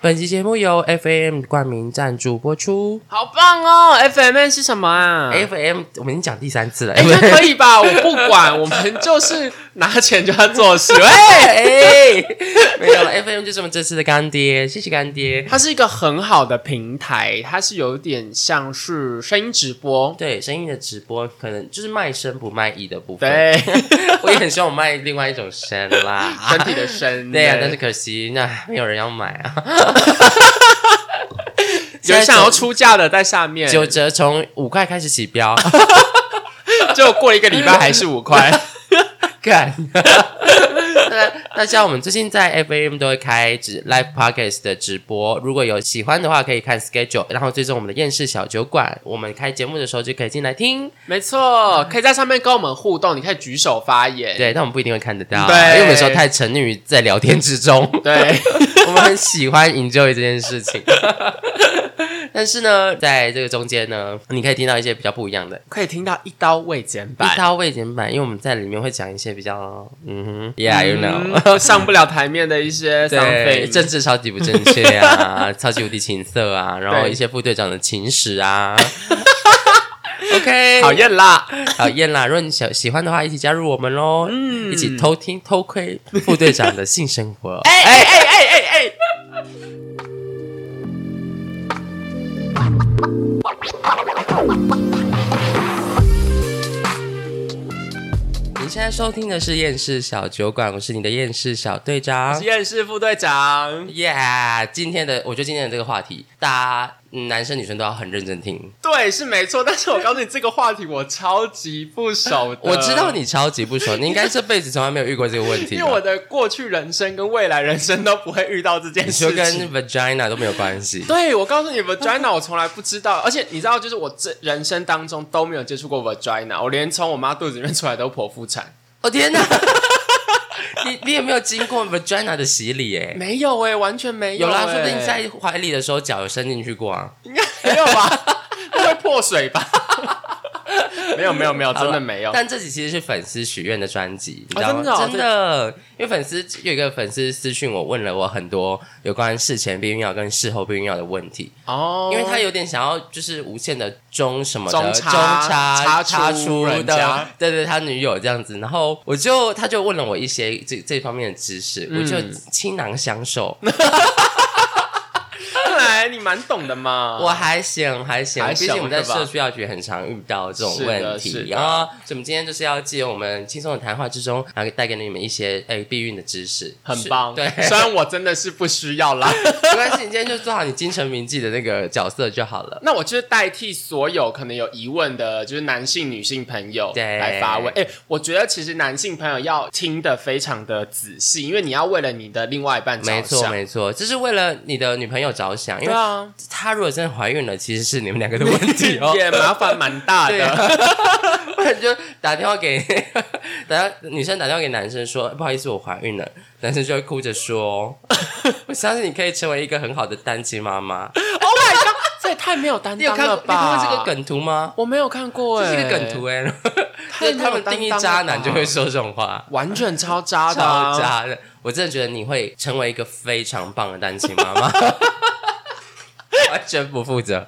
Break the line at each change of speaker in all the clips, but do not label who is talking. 本集节目由 FAM 冠名赞助播出。
好棒哦！FMN 是什么啊？
FAM 我们已经讲第三次了，
哎，这可以吧？我不管，我们就是拿钱就要做 事。哎，
哎，没有了，FM 就是我们这次的干爹，谢谢干爹。
它是一个很好的平台，它是有点像是声音直播。
对，声音的直播可能就是卖身不卖艺的部分。
对，
我也很希望我卖另外一种身啦，
身体的身。
对啊呀、但是可惜那没有人要买啊。
有想要出价的在下面，
九
就
折，从五块开始起标，
就过了一个礼拜还是五 块。
干。那像我们最近在 FAM 都会开直 live podcast 的直播，如果有喜欢的话，可以看 schedule，然后追踪我们的厌世小酒馆，我们开节目的时候就可以进来听。
没错，可以在上面跟我们互动，你可以举手发言。
对，但我们不一定会看得到，啊
对
因为我们有时候太沉溺于在聊天之 中。
对，
我们很喜欢 enjoy 这件事情。 但是呢，在这个中间呢，你可以听到一些比较不一样的
可以听到一刀未剪版
一。刀未剪版，因为我们在里面会讲一些比较，嗯哼，Yeah，you know，、
嗯上不了台面的一 些丧
对，
费
政治超级不正确啊， 超级无敌情色啊，然后一些副队长的情史 啊。OK，
讨厌啦！
讨厌啦！如果你喜喜欢的话，一起加入我们喽，
嗯
一起偷听偷窥副队长的性生活。
哎哎哎哎哎哎！
你现在收听的是《厌世小酒馆》，我是你的厌世小队长
实。验室副队长，
Yeah，今天的我觉得今天的这个话题，大家、嗯男生女生都要很认真听。
对，是没错。但是我告诉你，这个话题我超级不熟的。
我知道，你超级不熟，你应该这辈子从来没有遇过这个问题
呃 因
吧。
为我的过去人生跟未来人生都不会遇到这件
你说
事
跟
情。
vagina 都没有关系。
对，我告诉你，vagina 我从来不知道，而且你知道，就是我这人生当中都没有接触过 vagina，我连从我妈肚子里面出来都剖腹产，
哦天哪， 你你有没有经过 vagina 的洗礼、欸？
没有哎、完全没
有
有、
啦，
欸。
说不定你在怀里的时候脚有伸进去过啊。
应该 没有吧？ 那会破水 吧？没有没有没有，
好
真
了
的没有。
但这集其实是粉丝许愿的专辑，你知
哦
道吗？
真的哦
真的，因为粉丝有一个粉丝私讯我，问了我很多有关事前避孕药跟事后避孕药的问题，
哦，
因为他有点想要就是无限的中什么的
中插
插
插
插
出
出
人
的
家，
对对，他女友这样子，然后我就他就问了我一些这这方面的知识，
嗯
我就倾囊相授，
看来你蛮懂的嘛。
我还行还行，
啊还
毕
行
竟我们在
是吧
社区药局很常遇到这种
是的
问
是
题，
的
然后所以我们今天就是要借由我们轻松的谈话之中，然后带给你们一些哎避孕的知识，
很
是
棒，
对，
虽然我真的是不需要啦。
没关系，你今天就做好你精神铭记的那个角色就好了。
那我就是代替所有可能有疑问的，就是男性、女性朋友
对
来发问。哎、我觉得其实男性朋友要听的非常的仔细，因为你要为了你的另外一半 着
没错，
想。
没错，这是为了你的女朋友着想，因为
对啊，
她如果真的怀孕了，其实是你们两个的问题哦。
也麻烦蛮大
对 啊
的。
不然就打电话给 打电话女生打电话给男生说不好意思我怀孕了，男生就会哭着说，我相信你可以成为一个很好的单亲妈妈。
Oh 这也太没有 担
你有
当
看过
了
你看
吧？
过这个，梗图吗？
我没有看过、
这
哎，
是一个梗图，哎、
太
就是
没
他
有
们定义渣男就会说这种话，
完全超渣的、
超
啊，。
渣的。我真的觉得你会成为一个非常棒的单亲妈妈， 完全不负责。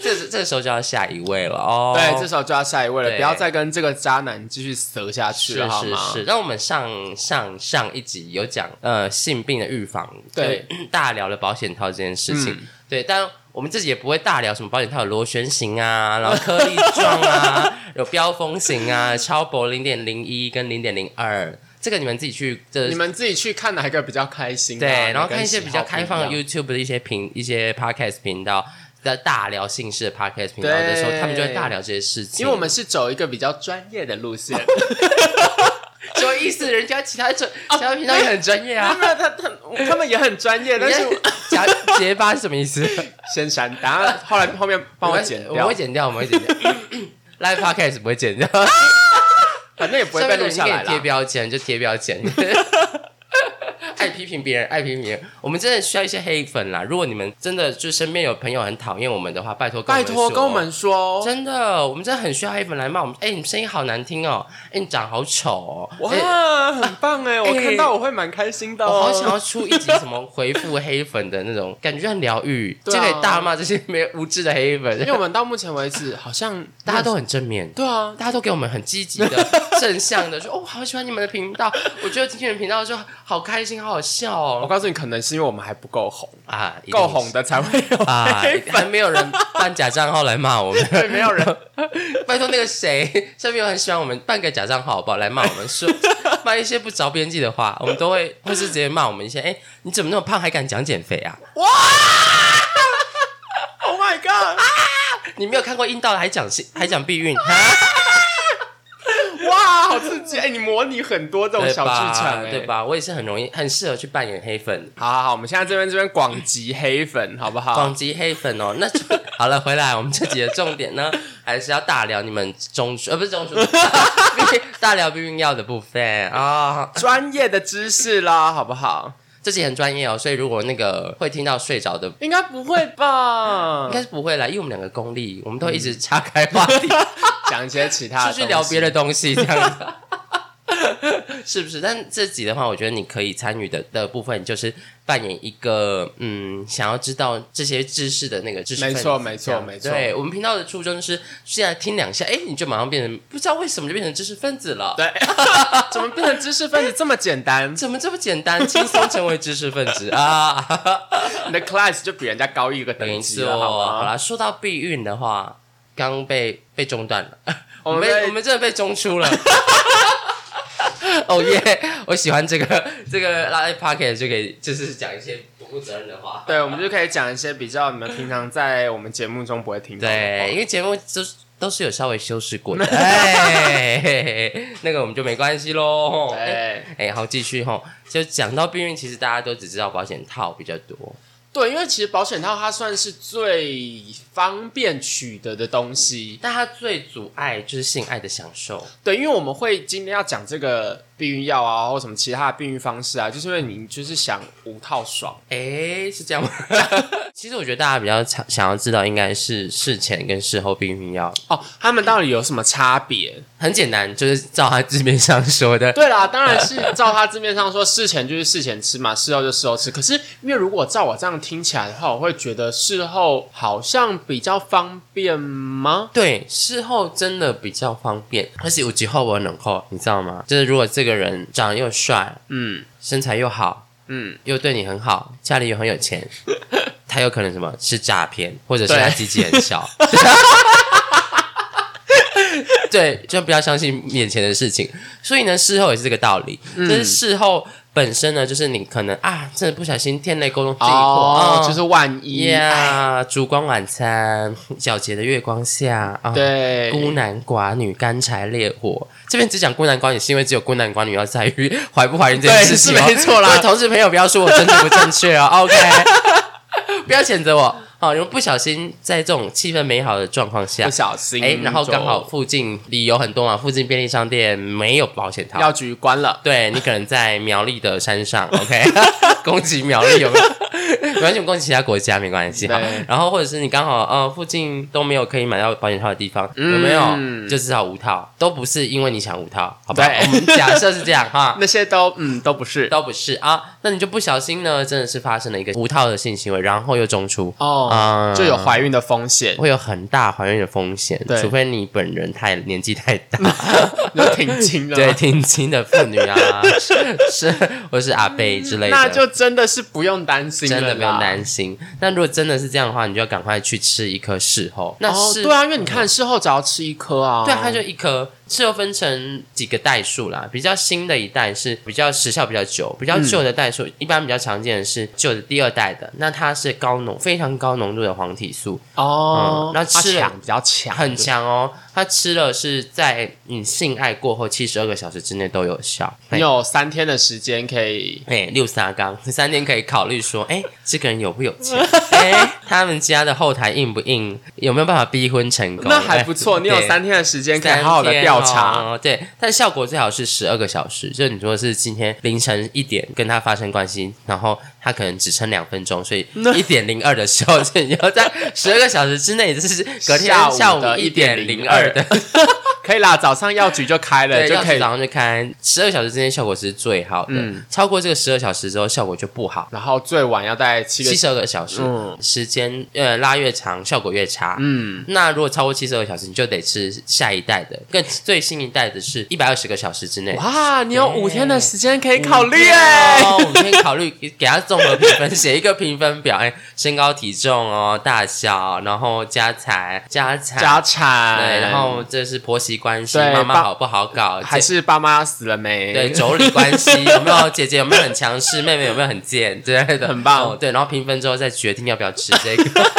这这时候就要下一位了哦。
对，这时候就要下一位了，
对
不要再跟这个渣男继续折下去
是
了，好
是
吗？
是，那我们上上上一集有讲呃性病的预防，
对， 嗯
大聊了保险套这件事情，对，但我们自己也不会大聊什么保险套有螺旋形啊，然后颗粒状 啊，有标封型啊，超薄零点零一跟零点零二，这个你们自己去这
你们自己去看哪一个比较开心啊、
对，然后
你跟
看一些比较开放的
喜好不一样
YouTube 的一些频一些 Podcast 频道。在大聊姓氏的 podcast 频道的时候，
对
他们就会大聊这些事情。
因 为我们是走一个比较专业的路线。
什么意思？人家其他专
哦
其他频道也很专业啊
他。们他他他们也很专业，但
但
是
是夹结巴是什么意思？
先删，然后后来后面帮 我剪
我
掉
会，剪掉，我们会剪 掉。Live podcast 不会剪掉，
反正也不会被录下
上
来
面有人给你贴
了。
标签就贴标签。爱批评别人，爱批评别人，我们真的需要一些黑粉啦。如果你们真的就身边有朋友很讨厌我们的话，拜托跟
拜
我们
托跟我们说，哦
真的，我们真的很需要黑粉来骂我们。哎、你声音好难听哦，哎、你长好丑哦，
哇，
哎
很棒哎！我看到我会蛮开心的哦，
我好想要出一集什么回复黑粉的那种，感觉很疗愈，
对
就
啊
可以大骂这些没有无知的黑粉
因为。我们到目前为止好像
大家都很正面，
对啊，
大家都给我们很积极的、正向的，说哦，好喜欢你们的频道，我觉得今天的频道就好开心，好好笑
我
哦
告诉你，可能是因为我们还不够红，
啊，一定
够红的才会有
啊
黑，
还没有人办假账号来骂我 们，
对，没有人
拜托那个谁，下面有很喜欢我们办个假账号好不好？来骂我们说骂一些不着边际的话，我们都会或是直接骂我们一些， 哎，你怎么那么胖还敢讲减肥啊？
Oh my god！
你没有看过阴道的还讲性还讲避孕，哈
哇，好刺激！哎、你模拟很多这 种
对
小剧
吧
场、？哎，
对？吧？我也是很容易很适合去扮演黑粉，
好好好，我们现在这边这边广集黑粉，好不好？
广集黑粉哦。那就好了，回来我们这集的重点呢，还是要大聊你们中暑呃不是中暑， 大聊避孕药的部分 啊、
专业的知识啦，好不好？
这集很专业哦，所以如果那个会听到睡着的，
应该不会吧
应？该是不会啦，因为我们两个功力，我们都一直岔开话题，
讲一些其他
出
的，
去聊别。的啊东西这样子。 是不是？但这集的话，我觉得你可以参与的的部分就是扮演一个嗯，想要知道这些知识的那个知识分子
没错没错
这样
没错
对我们频道的初衷是，现在听两下，哎，你就马上变成不知道为什么就变成知识分子了。
对，怎么变成知识分子这么简单？
怎么这么简单，轻松成为知识分子 啊？
你的 class 就比人家高一个等
没
级
错，
了，好
哦
啊
好
吗？
啦，说到避孕的话，刚被被中断了，
我们
被
被
我们真的被中出了。 哦耶！我喜欢这个这个拉 pocket 就可以就是讲一些不负责任的话。
对，我们就可以讲一些比较你们平常在我们节目中不会听到的话。
对，因为节目就是都是有稍微修饰 过的，哎，那个我们就没关系喽。哎，
对
哎好，继续吼，就讲到避孕，其实大家都只知道保险套比较多，
对，因为其实保险套它算是最方便取得的东西。
但它最阻碍就是性爱的享受。
对，因为我们会今天要讲这个避孕药啊，或什么其他的避孕方式啊，就是因为你就是想无套爽。
哎，是这样吗？ 其实我觉得大家比较想想要知道，应该是事前跟事后避孕药。
哦，他们到底有什么差别？
很简单，就是照他字面上说的。
对啦，当然是照他字面上说，事前就是事前吃嘛，事后就事后吃。可是因为如果照我这样听起来的话，我会觉得事后好像比较方便吗？
对，事后真的比较方便，而且有几后我能扣，你知道吗？就是如果这个人长得又帅，
嗯
身材又好，
嗯，
又对你很好，家里又很有 钱，他有可能什么是诈骗，或者是
对
他鸡鸡很 小。对，就不要相信眼前的事情。所以呢，事后也是这个道理，
嗯
就是事后本身呢，就是你可能啊，真的不小心天雷勾动地火，
哦，
嗯
就是万一
呀烛光晚餐，皎洁的月光下啊，，
对，
孤男寡女，干柴烈火。这边只讲孤男寡女，是因为只有孤男寡女要在于怀不怀孕这件事情、哦，
对是没错啦
各位同事朋友，不要说我政治不正确 哦，OK，不要谴责我。好、你们不小心在这种气氛美好的状况下
不，小心
哎，然后
就
刚好附近理由很多嘛，附近便利商店没有保险套，
药局关了。
对你可能在苗栗的山上，OK，攻 击苗栗有没 有？没关系，我们攻击其他国家没关系。
对
好然后或者是你刚好呃附近都没有可以买到保险套的地方，有没有？就至少无套，都不是因为你想无套，好不好？
嗯对
我们假设是这样哈。
那些都嗯都不是
都不是啊，那你就不小心呢，真的是发生了一个无套的性行为，然后又中出，
哦
嗯，
就有怀孕的风险，
会有很大怀孕的风险，
对
除非你本人太年纪太大，
就挺轻的。啊
对， 挺轻的妇女啊，是是，或是阿贝之类的，
那就真的是不用担心了
真
啦，
的不用担心。但如果真的是这样的话，你就要赶快去吃一颗事后。那
哦，
事、
对啊，因为你看事后只要吃一颗啊，
对啊，它就一颗。事后分成几个代数啦，比较新的一代是比较时效比较久，比较旧的代数、一般比较常见的是旧的第二代的，那它是高浓非常高浓度的黄体素，
哦
嗯，那
它
吃了
强比较强，
很强哦。它吃了是在你性爱过后七十二个小时之内都有效。
你有三天的时间可以
哎，六三刚三天可以考虑说，哎，这个人有不有钱？哎，他们家的后台硬不硬，有没有办法逼婚成功？哎
那还不错，你有
对
三天的时间可以
三
好好的调
天
查。
哦对，但效果最好是十二个小时，就是你说是今天凌晨一点跟他发生关系，然后他可能只撑两分钟，所以一点零二的时候，所以你要 在十二个小时之内，就是隔天
下午的
下午一点零二的，
可以啦，早上药局就开了，
对，
就
要
可
是
以。
早上就看十二小时之内效果是最好的，
嗯
超过这个十二小时之后效果就不好。
然后最晚要在七个
七，十二个小时，
嗯
时间呃拉越长，效果越差。
嗯，
那如果超过七十二小时，你就得吃下一代的，更最新一代的是一百二十个小时之内。
哇，你有五天的时间可以考虑
哎，
哎。
我们可以考虑给给他综合评分，写一个评分表，哎，身高体重哦，大小，然后家财家财，
家产，
对，然后这是婆媳关系，
对
妈妈
爸
好不好搞，
还
姐
是爸妈死了没？
对妯娌关 系有没有，姐姐有没有很强势，妹妹有没有很贱之类的，
很棒
哦对，然后评分之后再决定要不要吃这个，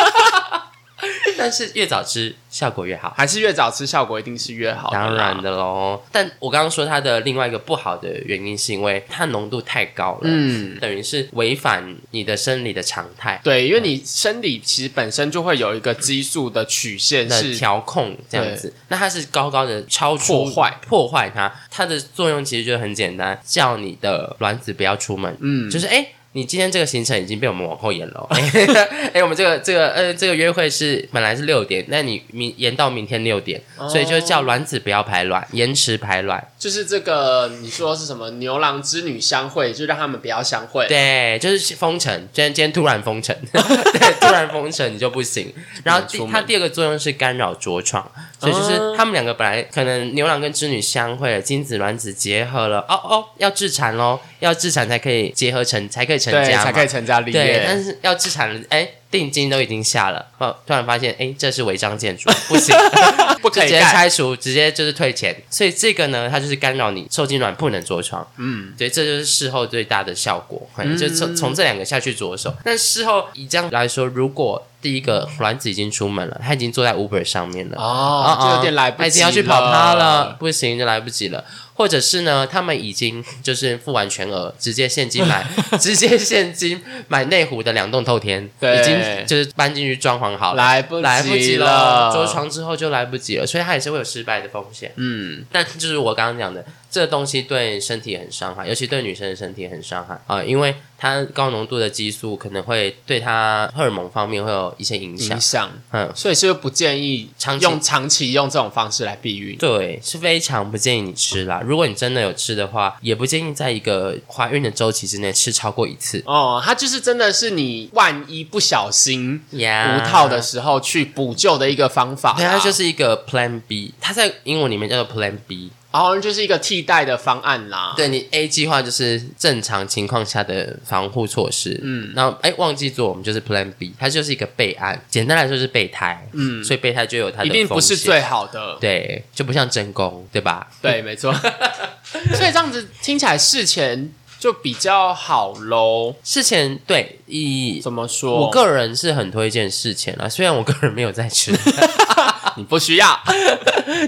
但是越早吃效果越好。
还是越早吃效果一定是越好的啦。
当然的喽。但我刚刚说它的另外一个不好的原因，是因为它浓度太高了，
嗯
等于是违反你的生理的常态
对，因为你生理其实本身就会有一个激素的曲线
的
是，
调控这样子。那它是高高的超出
破坏
破坏它，它的作用其实就很简单，叫你的卵子不要出门，
嗯，
就是哎。诶你今天这个行程已经被我们往后延了哦，哎、 诶我们这个这个呃这个约会是本来是六点，那你明延到明天六点，
哦
所以就叫卵子不要排卵，延迟排卵。
就是这个你说是什么牛郎织女相会，就让他们不要相会。
对，就是封城，今天今天突然封城， 对，突然封城你就不行。然后第
出门
它第二个作用是干扰着床，所以就是
哦
他们两个本来可能牛郎跟织女相会了，精子卵子结合了，哦哦，要自产喽，要自产才可以结合成，才可以成
对，
家
才可以
嘛。
成家立
对，
业。
但是要自产了，哎，定金都已经下了，哦，突然发现，哎，这是违章建筑，不行，
不可
直
以
接
干。
拆除，直接就是退钱。所以这个呢，它就是干扰你受精卵不能着床。嗯，对，这就是事后最大的效果，嗯、就从从这两个下去着手。但事后以这样来说，如果第一个卵子已经出门了，他已经坐在 Uber 上面了。啊
哦，就有点来不及
他已经要去跑趴了，。不行就来不及了。或者是呢，他们已经就是付完全额，直接现金买， 直接现金买内湖的两栋透天，
对
已经就是搬进去装潢好了，
来不
来不及
了，
着床之后就来不及了，所以它也是会有失败的风险。
嗯，
但就是我刚刚讲的，这个东西对身体很伤害，尤其对女生的身体很伤害啊、因为它高浓度的激素可能会对她荷尔蒙方面会有一些影响
影。响。
嗯，
所以是不是不建议
长期
用长期用这种方式来避孕。
对，是非常不建议你吃啦。如果你真的有吃的话，也不建议在一个怀孕的周期之内吃超过一次。
哦，它就是真的是你万一不小心
呀
无套的时候去补救的一个方法啦，
对，它就是一个 Plan B，它在英文里面叫做 Plan B。
然后就是一个替代的方案啦。
对你 A 计划就是正常情况下的防护措施，嗯，然后哎忘记做，我们就是 Plan B，它就是一个备案，简单来说是备胎，嗯，所以备胎就有它的
一定不是
风险
最好的。
对，就不像真宫，对吧？
对，没错。 所以这样子听起来事前就比较好喽。
事前对以
怎么说？
我个人是很推荐事前啊，虽然我个人没有在 吃，
你不 需要。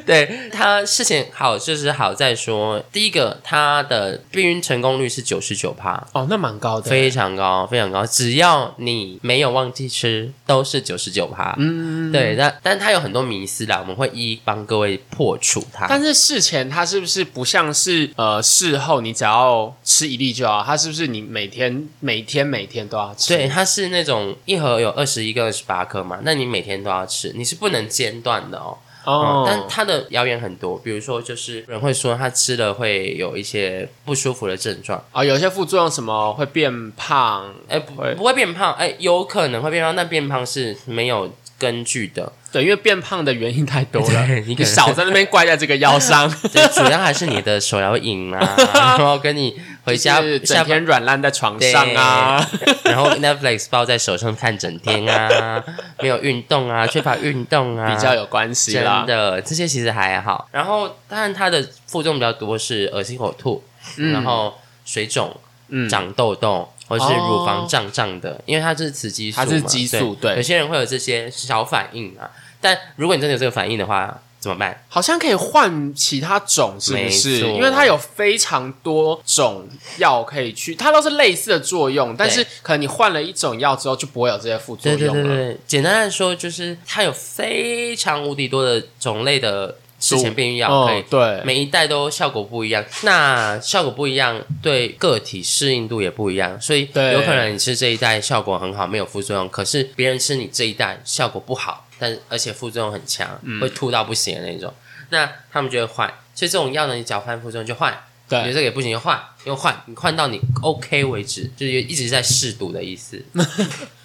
对它事前好就是好在说，第一个它的避孕成功率是九十九趴，
哦，那蛮高的。
非常高，非常高。只要你没有忘记吃，都是九十九趴。嗯，对。但但它有很多迷思啦，我们会一一帮各位破除它。
但是事前它是不是不像是呃事后你只要吃一粒就好？它是不是你每天每天每天都要吃？
对，，它是那种一盒有二十一个、二十八颗嘛，那你每天都要吃，你是不能间断的哦。
哦
嗯，但它的谣言很多，比如说就是有人会说他吃了会有一些不舒服的症状，
哦，有些副作用什么会变胖，
哎、不
会
不会变胖，哎、有可能会变胖，但变胖是没有根据的，
对，因为变胖的原因太多 了，
对你
你
可能
少在那边怪在这个腰伤，
对，主要还是你的手要硬 啊，然后跟你 回家
就是
下
整
班，
天软烂在床上啊，
然后 Netflix 抱在手上看整天啊， 没有运动啊，缺乏运动啊，
比较有关系
真
啦。
的这些其实还好。然后当然它的负重比较多是恶心呕吐，然后水肿、
嗯，
长痘痘。或是
哦
乳房胀胀的，因为它是雌激素嘛，
它是激素对
有些人会有这些小反应啊。但如果你真的有这个反应的话，怎么办？
好像可以换其他种，是不是？
没错
因为它有非常多种药可以去，它都是类似的作用，但是可能你换了一种药之后就不会有这些副作
对
用
对
了。
对对，简单来说就是它有非常无敌多的种类的事前避孕药可以
嗯，对，
每一代都效果不一样，那效果不一样，对个体适应度也不一样，所以
对
有可能你吃这一代效果很好，没有副作用，可是别人吃你这一代效果不好，但而且副作用很强，会吐到不行的那种，那他们就会换。所以这种药呢，你只要犯副作用就换，你觉得
对，
这个也不行就换，又换，你换到你 OK 为止，就是一直在试毒的意 思。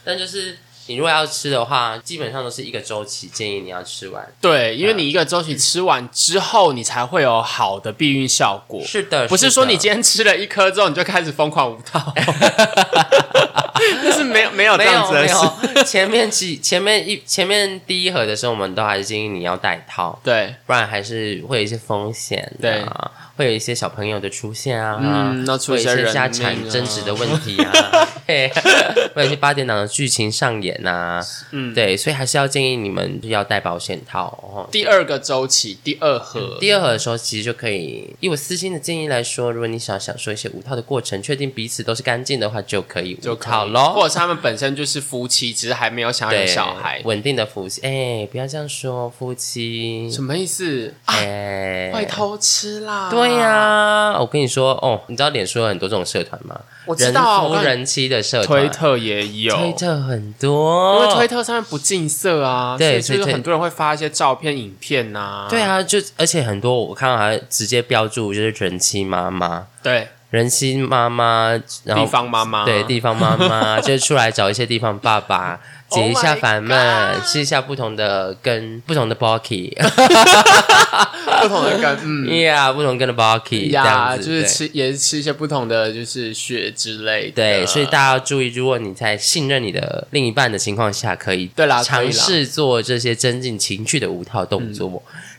但就是你如果要吃的话，基本上都是一个周期，建议你要吃完。
对，
嗯
因为你一个周期吃完之后，你才会有好的避孕效果。
是的，
不是说
的
你今天吃了一颗之后你就开始疯狂舞蹈， 那是没有没有这
没
样
有
子的
没
事。
有，前面几前面一前面第一盒的时候，我们都还是建议你要戴套，
对，
不然还是会有一些风险、啊，
对，
会有一些小朋友的出现啊，
嗯那出
会有一
现
些
人
家
命
产
啊
争执的问题啊， 对，会有一些八点档的剧情上演呐、啊，
嗯
对，所以还是要建议你们要戴保险套哦。
第二个周期，第二盒，
第二盒的时候，其实就可以以我私心的建议来说，如果你想享受一些无套的过程，确定彼此都是干净的话，就可以无
就
套
考
喽。
或者是他们本身就是夫妻，只是还没有想要有
对，
小孩，
稳定的夫妻，哎、不要这样说，夫妻，
什么意思？啊
哎、
会偷吃啦！
对呀、我跟你说哦，你知道脸书有很多这种社团吗？
我知道啊
人
我
夫
看
人妻的社
推
团，
特也有，
推特很多，
因为推特上面不禁色啊，
对
所以
推
就是
特
很多人会发一些照片、影片呐、
对，啊，就而且很多我看到还直接标注就是人妻妈妈，
对，
人妻妈妈，然后
地方妈啊妈，
对，地方妈 妈就是出来找一些地方爸爸
Oh
解一下烦闷
my god
吃一下不同的跟不同的 bulky，
不同的跟嗯。
呀，不同跟的 bulky 这
呀，
样子，
就
对
是吃也是吃一些不同的，就是血之类的。
对，所以大家要注意，如果你在信任你的另一半的情况下，可以
对啦可以
尝
啦
试做这些增进情趣的无套动作。
嗯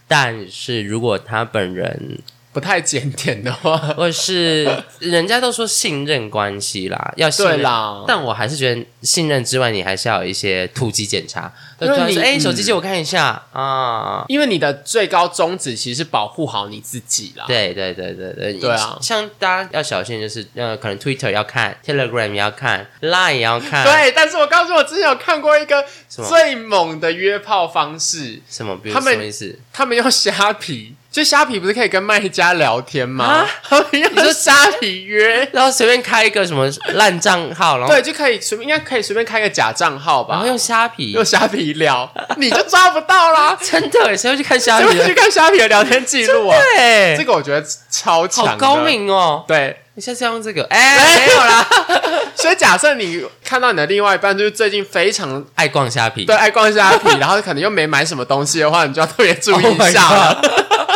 但是如果他本人
不太检点 的话，
或是人家都说信任关系啦，要信
对
任，
啦，
但我还是觉得信任之外，你还是要有一些突击检查。
因
对
为
方
你
说：“哎、
嗯
手机借我看一下啊。
因为你的最高宗旨其实是保护好你自己啦。
对对对对对，
对啊
像大家要小心，就是呃，可能 Twitter 要看，Telegram 也要看，Line 也要看，，
对，但是我告诉我之前有看过一个
么
最猛的约炮方式，
什么，比如
他们
什么意思？
他们用虾皮，就虾皮不是可以跟卖家聊天吗？
啊
他们用
说
虾皮约，
然后随便开一个什么烂账号，然后
对，就可以随便应该可以随便开个假账号
哦然
吧
后，用虾皮。
用，虾皮聊，你就抓不到啦
真的耶谁会去看虾
就
皮
会去
的？
看虾皮的聊天记录啊，
对
这，个我觉得超强，
好高。明哦！
对，
你下次要用这个，哎，没有啦，
所以假设你看到你的另外一半就是最近非常
爱逛虾皮，
对啊爱逛虾 皮，然后可能又没买什么东西的话，你就要特别注
Oh
意
my
一下 了。
God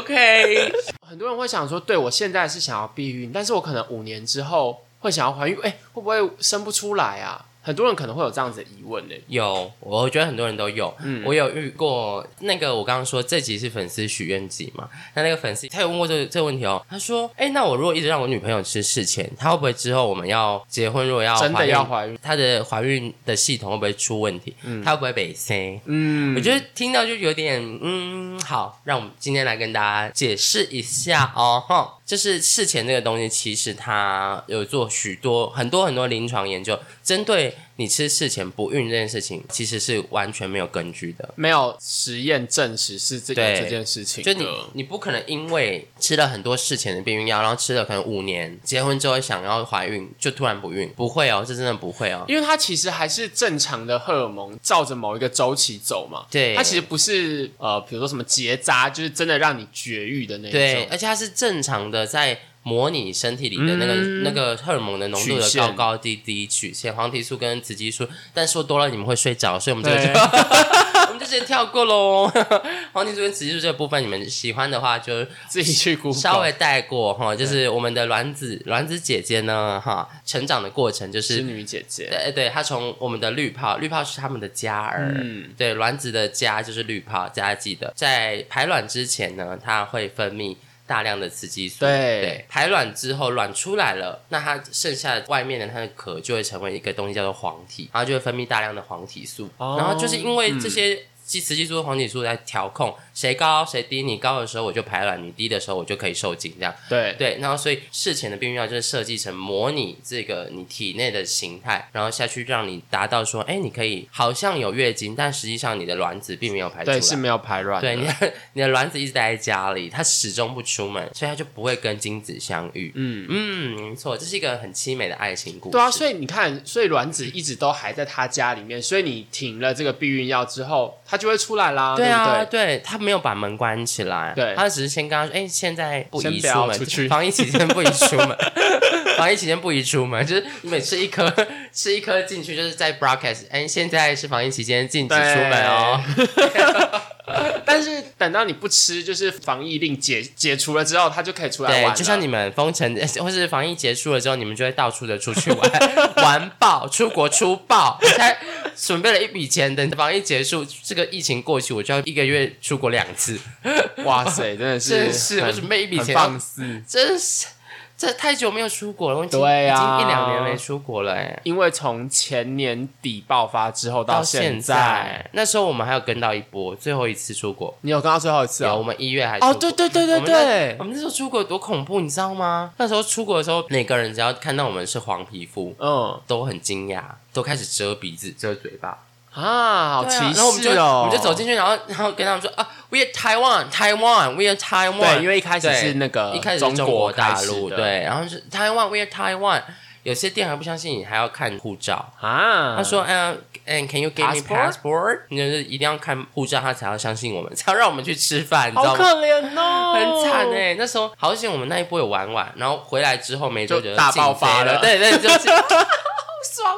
OK，
很多人会想说，对我现在是想要避孕，但是我可能五年之后会想要怀孕，哎、会不会生不出来啊？很多人可能会有这样子的疑问呢、
有，我觉得很多人都有。
嗯
我有遇过那个，我刚刚说这集是粉丝许愿集嘛？那那个粉丝他有问过这这个问题哦，他说：“哎、那我如果一直让我女朋友吃事前，她会不会之后我们要结婚，如果要
真的
怀孕
要怀孕，
她的怀孕的系统会不会出问题？她会不会被塞？”
嗯，
我觉得听到就有点嗯，好，让我们今天来跟大家解释一下哦，哈，就是事前这个东西，其实它有做许多很多很多临床研究，针对你吃事前不孕这件事情，其实是完全没有根据的。
没有实验证实是这
对
这件事情
就
的，
你，你不可能因为吃了很多事前的避孕药，然后吃了可能五年，结婚之后想要怀孕就突然不孕，不会哦，这真的不会哦。
因为它其实还是正常的荷尔蒙照着某一个周期走嘛，
对
它其实不是呃，比如说什么结扎，就是真的让你绝育的那一
对，
种，
而且它是正常的在模拟身体里的那个、
嗯
那个荷尔蒙的浓度的
曲线
高高低低曲线，黄体素跟雌激素。但说多了你们会睡着，所以我们这个
对
就 我们就直接跳过喽。 黄体素跟雌激素这个部分，你们喜欢的话就
自己去 Google，
稍微带过哈。就是我们的卵子卵子姐姐呢哈，成长的过程就是是。呃
女姐姐，
对对，它从我们的滤泡，滤泡是他们的家儿，
嗯
对，卵子的家就是滤泡，大家记得，在排卵之前呢，它会分泌大量的雌激素。
对
排卵之后卵出来了，那它剩下的外面的它的壳就会成为一个东西叫做黄体，然后就会分泌大量的黄体素。
哦
然后就是因为这些其雌激素、黄体素来调控谁高谁低，你高的时候我就排卵，你低的时候我就可以受精，这样
对
对。然后所以事前的避孕药就是设计成模拟这个你体内的形态，然后下去让你达到说，哎，你可以好像有月经，但实际上你的卵子并没有排出来
对，是没有排卵的，
对，你的你的卵子一直待在家里，它始终不出门，所以它就不会跟精子相遇。嗯嗯，没错，这是一个很凄美的爱情故事。
对啊，所以你看，所以卵子一直都还在他家里面，所以你停了这个避孕药之后，它就会出来啦，
对
不
啊，
对？
对他没有把门关起来，
对
他只是先跟他说，哎、现在不宜
先不
出
要
门，
出去
防疫期间不宜出 门，防疫期间不宜出门，就是你每吃一颗， 吃一颗进去，就是在 broadcast，哎、现在是防疫期间禁止出门哦，
但是等到你不吃，就是防疫令解解除了之后，它就可以出来玩
对，
了
就像你们封城或是防疫结束了之后，你们就会到处的出去玩， 玩爆，出国出爆。我现在准备了一笔钱，等防疫结束，这个疫情过去，我就要一个月出国两次。
哇塞，真的
真
是
是，
很
我准备一笔
很
钱，
放肆，
真是。这太久没有出国了，我已经
对啊
已经一两年没出国了、哎，
因为从前年底爆发之后
到
现
现在那时候我们还有跟到一波，最后一次出国，
你有跟到最后一次
有我
哦？
们一月还出
哦，
国
对对对
我
对
们那
对
我，们那时候出国有多恐怖，你知道吗？那时候出国的时候，每个人只要看到我们是黄皮肤，
嗯
都很惊讶，都开始遮鼻子、遮嘴巴。
啊，好
对
歧
啊然后我们
视
就
哦！
我们就走进去，然后然后跟他们说啊，We are Taiwan, Taiwan, We are Taiwan。
对，因为一开始
对
是那个
一开始是
中
中国
开
大
始
陆，
的
对，然后是 Taiwan, We are Taiwan。有些店还不相信你，还要看护照。
啊，
他说：“嗯、嗯 c a n you give me
Passport？
passport？你就是一定要看护照，他才要相信我们， 才要让我们去吃饭，你知道
好
吗？
可怜哦，
很惨哎、那时候好险，我们那一波有玩完，然后回来之后没多久
就大爆发
了，
了
对对，就是 好爽哦！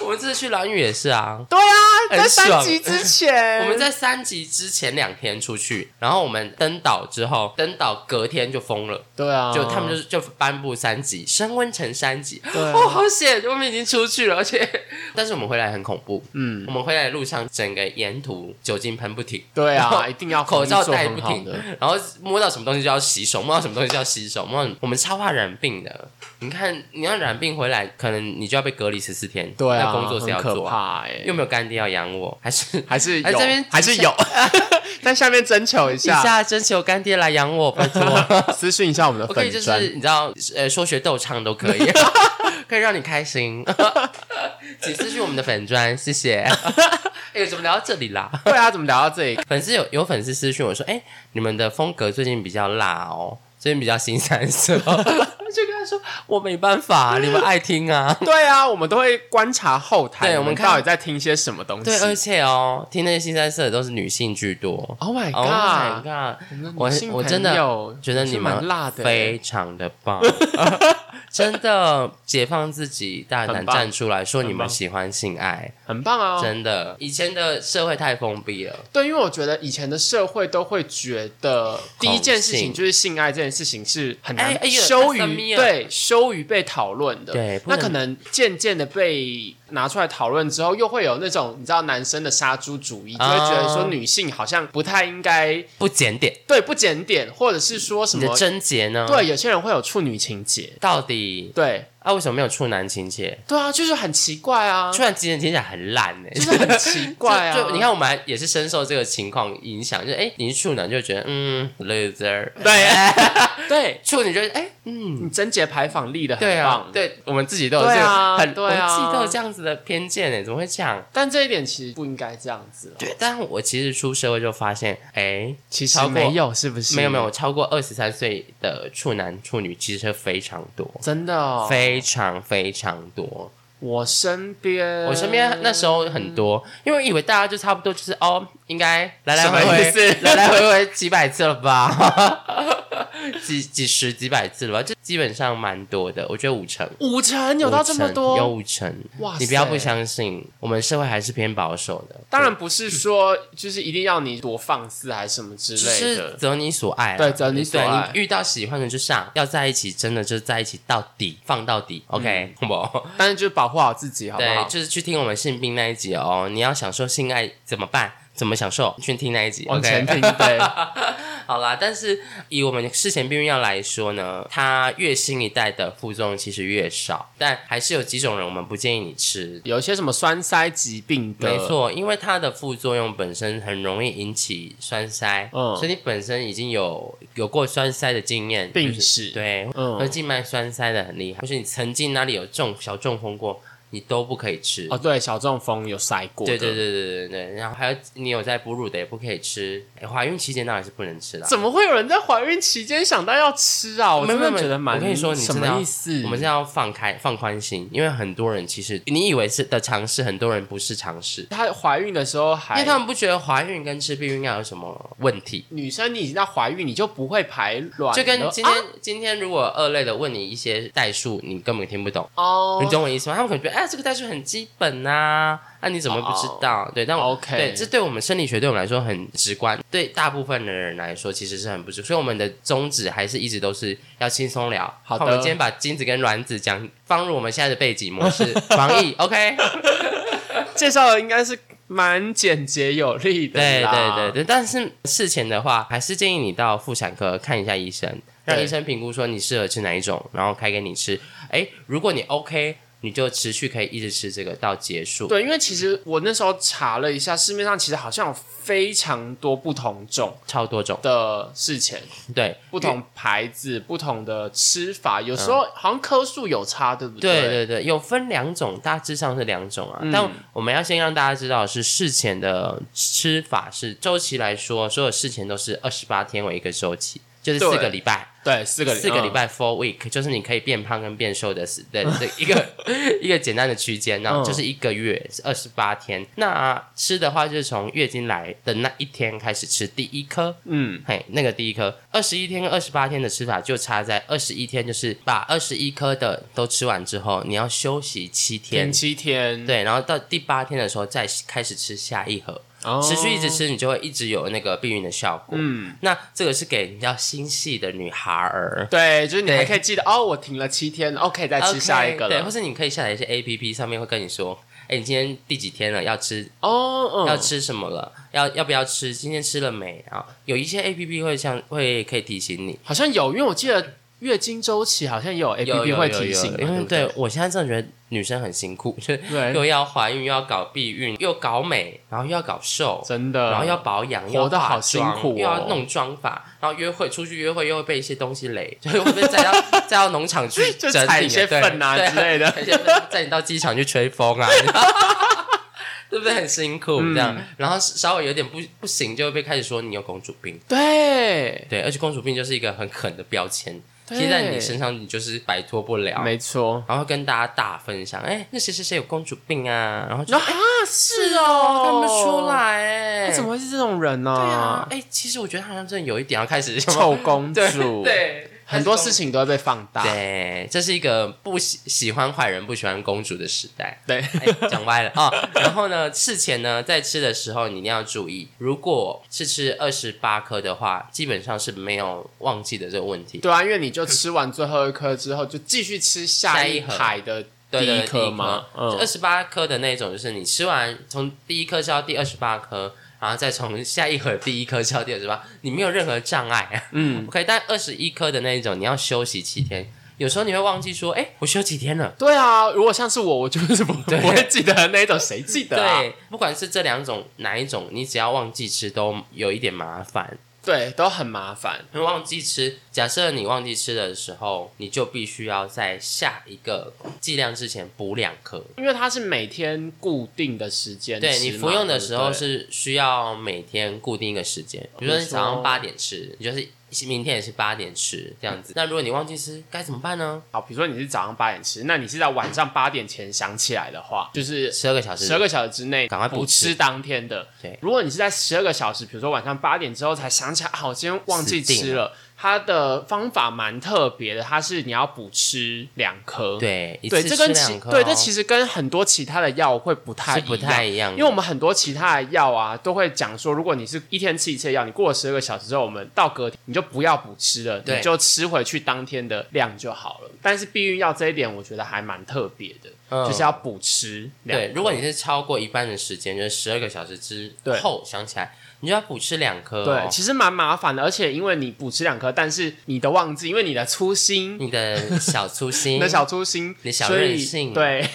我们这次去蓝屿也是啊，
对啊，
很
在三
爽
级之前，
我们在三级之前两天出去，然后我们登岛之后，登岛隔天就封了，
对啊，
就他们就是就颁布三级，升温成三级。
对啊
哦，好险，我们已经出去了，而且 但是我们回来很恐怖，
嗯，
我们回来的路上整个沿途酒精喷不停。
对
然后
啊，一定要
口罩
防疫
戴
做
不
很好
停
的。，
然后摸到什么东西就要洗手，摸到什么东西就要洗手，摸到我们超怕染病的。你看，你要染病回来，可能你就要被隔离十四天，
对啊，
那工作谁要
很可
做啊？
怕哎
又，没有干爹要养我，还是
还是
哎
有
这边，
还是有， 在下面征求一
一
下，
下征求干爹来养我，拜 托。
私讯一下我们的
我可以
粉
就是
砖。
你知道，呃，说学逗唱都可以， 可以让你开心。 请私讯我们的粉砖，谢谢。 哎、怎么聊到这里啦？
对啊，怎么聊到这里？
粉丝有有粉丝私讯我说，哎、你们的风格最近比较辣哦，最近比较新三色，哦 我就跟他说我没办法，你们爱听 啊。
对啊，我们都会观察后台，
对
你
我们看
到底在听些什么东西
对，。而且哦，听那些新三色的都是女性居多。
Oh my
Oh my
god！
god！
我
我
们的女性
我真的
朋友
觉得你
是
们
蛮辣的欸，
非常的 棒，真的解放自己，大胆
很棒
站出来说你
很
们
棒
喜欢性爱，
很棒啊！
真的。以前的社会太封闭了，
对，因为我觉得以前的社会都会觉得第一件事
同
情
性
就是性爱这件事情是很难
哎哎呦
羞
那什么
于、
呀
对羞于被讨论的，
对不
那
能
可能渐渐的被拿出来讨论之后，又会有那种你知道男生的杀猪主义，就会觉得说
啊
女性好像不太应该
不检点，
对不检点，或者是说什
你的
么
贞洁呢？，
对有些人会有处女情节，
到底
对
啊为什么没有处男情节？
对啊，就是很奇怪啊，
处男情节听起来很烂呢、
就是很奇怪 啊，
就就你看，我们还也是深受这个情况影响，就是哎、你是处男就觉得嗯 loser，
对对。
处女就觉得哎、嗯
你贞洁牌坊立的很
对啊
棒，，
对，我们自己都有这
对
个
啊
很，
对
我们自己
啊
都有这样子的偏见欸呢，怎么会这样？
但这一点其实不应该这样子啦。
对，但我其实出社会就发现，哎，
其
超
实
过
没有，是不是？
没有没有，我，超过二十三岁的处男处女其实非常多，
真的、哦。
非常非常多。
我身边，
我身
嗯
边那时候很多，因为以为大家就差不多就是哦，应该来来
什么
回
意
回
思
来来回回几百次了吧，几几十几百次了吧，就基本上蛮多的，我觉得五成。
五成有到这么
五成有
多，
五成，
哇塞
你不要不相信，我们社会还是偏保守的。
当然不是说就是一定要你多放肆还是什么之
只
类
是
的。
择你所爱啦，
对择你所爱
对你遇到喜欢的就上，要在一起真的就在一起到底，放到底，OK，好不 好？
但是就保嗯护好自己，好不
对，
好？
就是去听我们性病那一集哦。你要享受性爱怎么办？怎么享受？去听那一集
往前
，OK。
听，对，
好啦，但是以我们事前避孕药来说呢，它越新一代的副作用其实越少，但还是有几种人我们不建议你吃。
有一些什么栓塞疾病的，
没，错，因为它的副作用本身很容易引起栓塞，
嗯
所以你本身已经有有过栓塞的经验，
病
就是
史
对，
嗯
和静脉栓塞的很厉害，或是你曾经哪里有中小中风过，你都不可以吃。
哦，对，小中风有塞过的，
对对对对对对，然后还有你有在哺乳的也不可以吃，哎怀孕期间当然是不能吃的啊。
怎么会有人在怀孕期间想到要吃啊？我
没
真
有
的
没有
觉得蛮……
我跟你说你
什
真的
么
要
意思？
我们是要放开放宽心，因为很多人其实你以为是的尝试，很多人不是尝试，
她怀孕的时候
因为
还
他们不觉得怀孕跟吃避孕药有什么问题。
女生，你已经在怀孕，你就不会排卵了，
就跟今天、
啊
今天如果二类的问你一些代数，你根本听不懂，
哦，
你懂我意思吗？他们可能觉得哎，这个代数很基本呐、啊，那、你怎么不知道对，但我
哦 OK
对，这对我们生理学对我们来说很直观，对大部分的人来说其实是很不直，所以我们的宗旨还是一直都是要轻松聊。
好的
那我们今天把精子跟卵子讲放入我们现在的背景模式，防疫 OK。
介绍的应该是蛮简洁有力的
对
啦，
对对对，但是事前的话，还是建议你到妇产科看一下医生，让
对
医生评估说你适合吃哪一种，然后开给你吃。哎，如果你 OK，你就持续可以一直吃这个到结束。
对，因为其实我那时候查了一下，市面上其实好像有非常多不同种
超多种，
的事情，
对，
不同牌子、不同的吃法，有时候好像颗数有差，对不
嗯对
对
对对，有分两种，大致上是两种啊。
嗯
但我们要先让大家知道的是事前的吃法是周期来说，所有事前都是二十八天为一个周期，就是四
对
个礼拜。
对，嗯四个
四个礼，拜 four week，就是你可以变胖跟变瘦的是的的一 个一个简单的区间，然后
嗯
就是一个月二十八天。那吃的话，就是从月经来的那一天开始吃第一颗。
嗯，
嘿，那个第一颗，二十一天跟二十八天的吃法就差在二十一天，就是把二十一颗的都吃完之后，你要休息七天
停，七天，，
对，然后到第八天的时候再开始吃下一盒，
哦
持续一直，吃，你就会一直有那个避孕的效果。
嗯，
那这个是给比较心细的女孩儿，
对，就是你
对
还可以记得哦，我停了七天，OK，再吃下一个
OK，对，或
了，
是你可以下载一些 A P P，上面会跟你说，哎，你今天第几天了？要吃
哦，
要
嗯，
吃什么了？要要不要吃？今天吃了没？啊，有一些 A P P 会像会可以提醒你。
好像有，因为我记得月经周期好像也有 A P
有
P
有
会
有
提
有
醒嘛，
因为
不对
对我现在真的觉得女生很辛苦，就是
对
又要怀孕，又要搞避孕，又搞美，然后又要搞瘦，
真的，
然后要保养，
嗯活
又要
得好
化妆
辛苦哦
又要弄妆发，然后约会出去约会又会被一些东西累，就是会被载到载到农场去
就
整
踩
理
一些粪啊之类的
而且载你到机场去吹风啊。 对不对？很辛苦这
嗯
样，然后稍微有点不不行，就会被开始说你有公主病。
对，
对，而且公主病就是一个很狠的标签，
对
贴在你身上，你就是摆脱不了。
没错，
然后跟大家大分享，哎，那谁谁谁有公主病啊？然后就
然后啊，是哦，
看不出，来、哎，
怎么会是这种人呢？
对啊，哎、其实我觉得他好像真的有一点要开始
臭 公
对
主，，
对
很多事。情都会被放大，
对，这是一个不喜喜欢坏人不喜欢公主的时 代。
对，
哎讲歪了啊、哦然后呢，事前呢，在吃的时候你一定要注意，如果是吃二十八颗的话，基本上是没有忘记的这个问题。
对啊，因为你就吃完最后一颗之后，就继续吃下一排的
对
第
对
一颗嘛，
二
嗯，
十八颗的那种，就是你吃完从第一颗吃到第二十八颗，然后再从下一盒第一颗吃到第二十八，你没有任何障碍。嗯，OK，但 二十一颗的那一种，你要休息七天。有时候你会忘记说，哎、我休几天了。
对啊，如果像是我，我就是 不
对
不会记得那一种，谁记得啊？
对，不管是这两种哪一种，你只要忘记吃都有一点麻烦。
对，都很麻烦，
因为忘记吃，假设你忘记吃的时候，你就必须要在下一个剂量之前补两颗。
因为它是每天固定的时间吃嘛，
对你服用的时候
对不对
是需要每天固定一个时间，比如说你早上八点吃，你就是明天也是八点吃这样子。那如果你忘记吃，该怎么办呢？
好，比如说你是早上八点吃，那你是在晚上八点前想起来的话，就是
十二个小时
十二个小时之内
赶快
不
不吃
吃当天的。
对
如果你是在十二个小时，比如说晚上八点之后才想起来，啊，我今天忘记
死定
吃了。它的方法蛮特别的，它是你要补吃两颗。
对，一
对，
次
这
吃
跟其
两颗哦、哦
对，这其实跟很多其他的药会不太
是不太
一样。
一样的，
因为我们很多其他的药啊，都会讲说，如果你是一天吃一次的药，你过了十二个小时之后，我们到隔天你就不要补吃了，
对
你就吃回去当天的量就好了。但是避孕药这一点，我觉得还蛮特别的，
嗯
就是要补吃两
对，如果你是超过一半的时间，就是十二个小时之
对
后想起来，你就要补吃两颗、哦。
对，其实蛮麻烦的，而且因为你补吃两颗，但是你的忘记，因为你的粗心，
你的小粗心，
你的小粗心，
你小
所以
任性
对，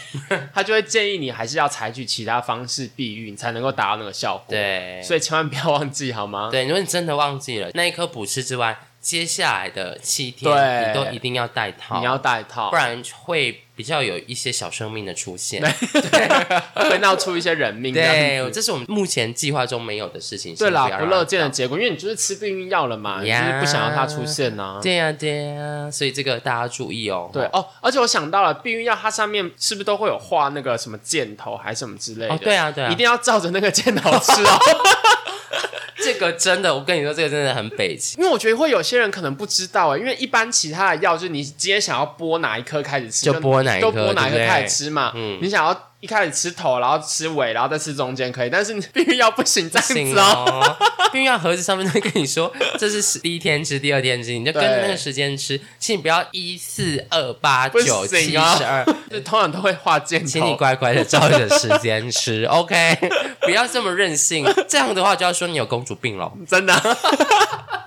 他就会建议你还是要采取其他方式避孕，你才能够达到那个效果。，
对
所以千万不要忘记好吗？
对，如果你真的忘记了那一颗补吃之外，接下来的七天
对
你都一定要带套，
你要戴套
不，然会比较有一些小生命的出 现。
会闹出一些人命。这样子
对，这是我们目前计划中没有的事情。
对啦
先，
不
要让
乐
它
见的结果，因为你就是吃避孕药了嘛，你就
呀
是不想要它出现呐、
啊对呀、对呀、所以这个大家注意哦。
对哦，而且我想到了，避孕药它上面是不是都会有画那个什么箭头还是什么之类的？
哦，对啊，对啊，
一定要照着那个箭头吃哦，
这个真的，我跟你说，这个真的很北 齐。
因为我觉得会有些人可能不知道哎，因为一般其他的药就是你今天想要剥哪一颗开始吃，
就剥哪一颗
都剥哪一颗
对不对
开始吃嘛。
嗯
你想要一开始吃头，然后吃尾，然后再吃中间可以，但是你避孕药不行这样
行
子哦。
哦，避孕药盒子上面都会跟你说，这是第一天吃，第二天吃，你就跟着那个时间吃，请你不要一四二八
不行
九七十
啊
二，
就通常都会画箭
哦请你
头，
乖乖的照着时间 吃，OK，不要这么任性，这样的话就要说你有公主病 了，
真的啊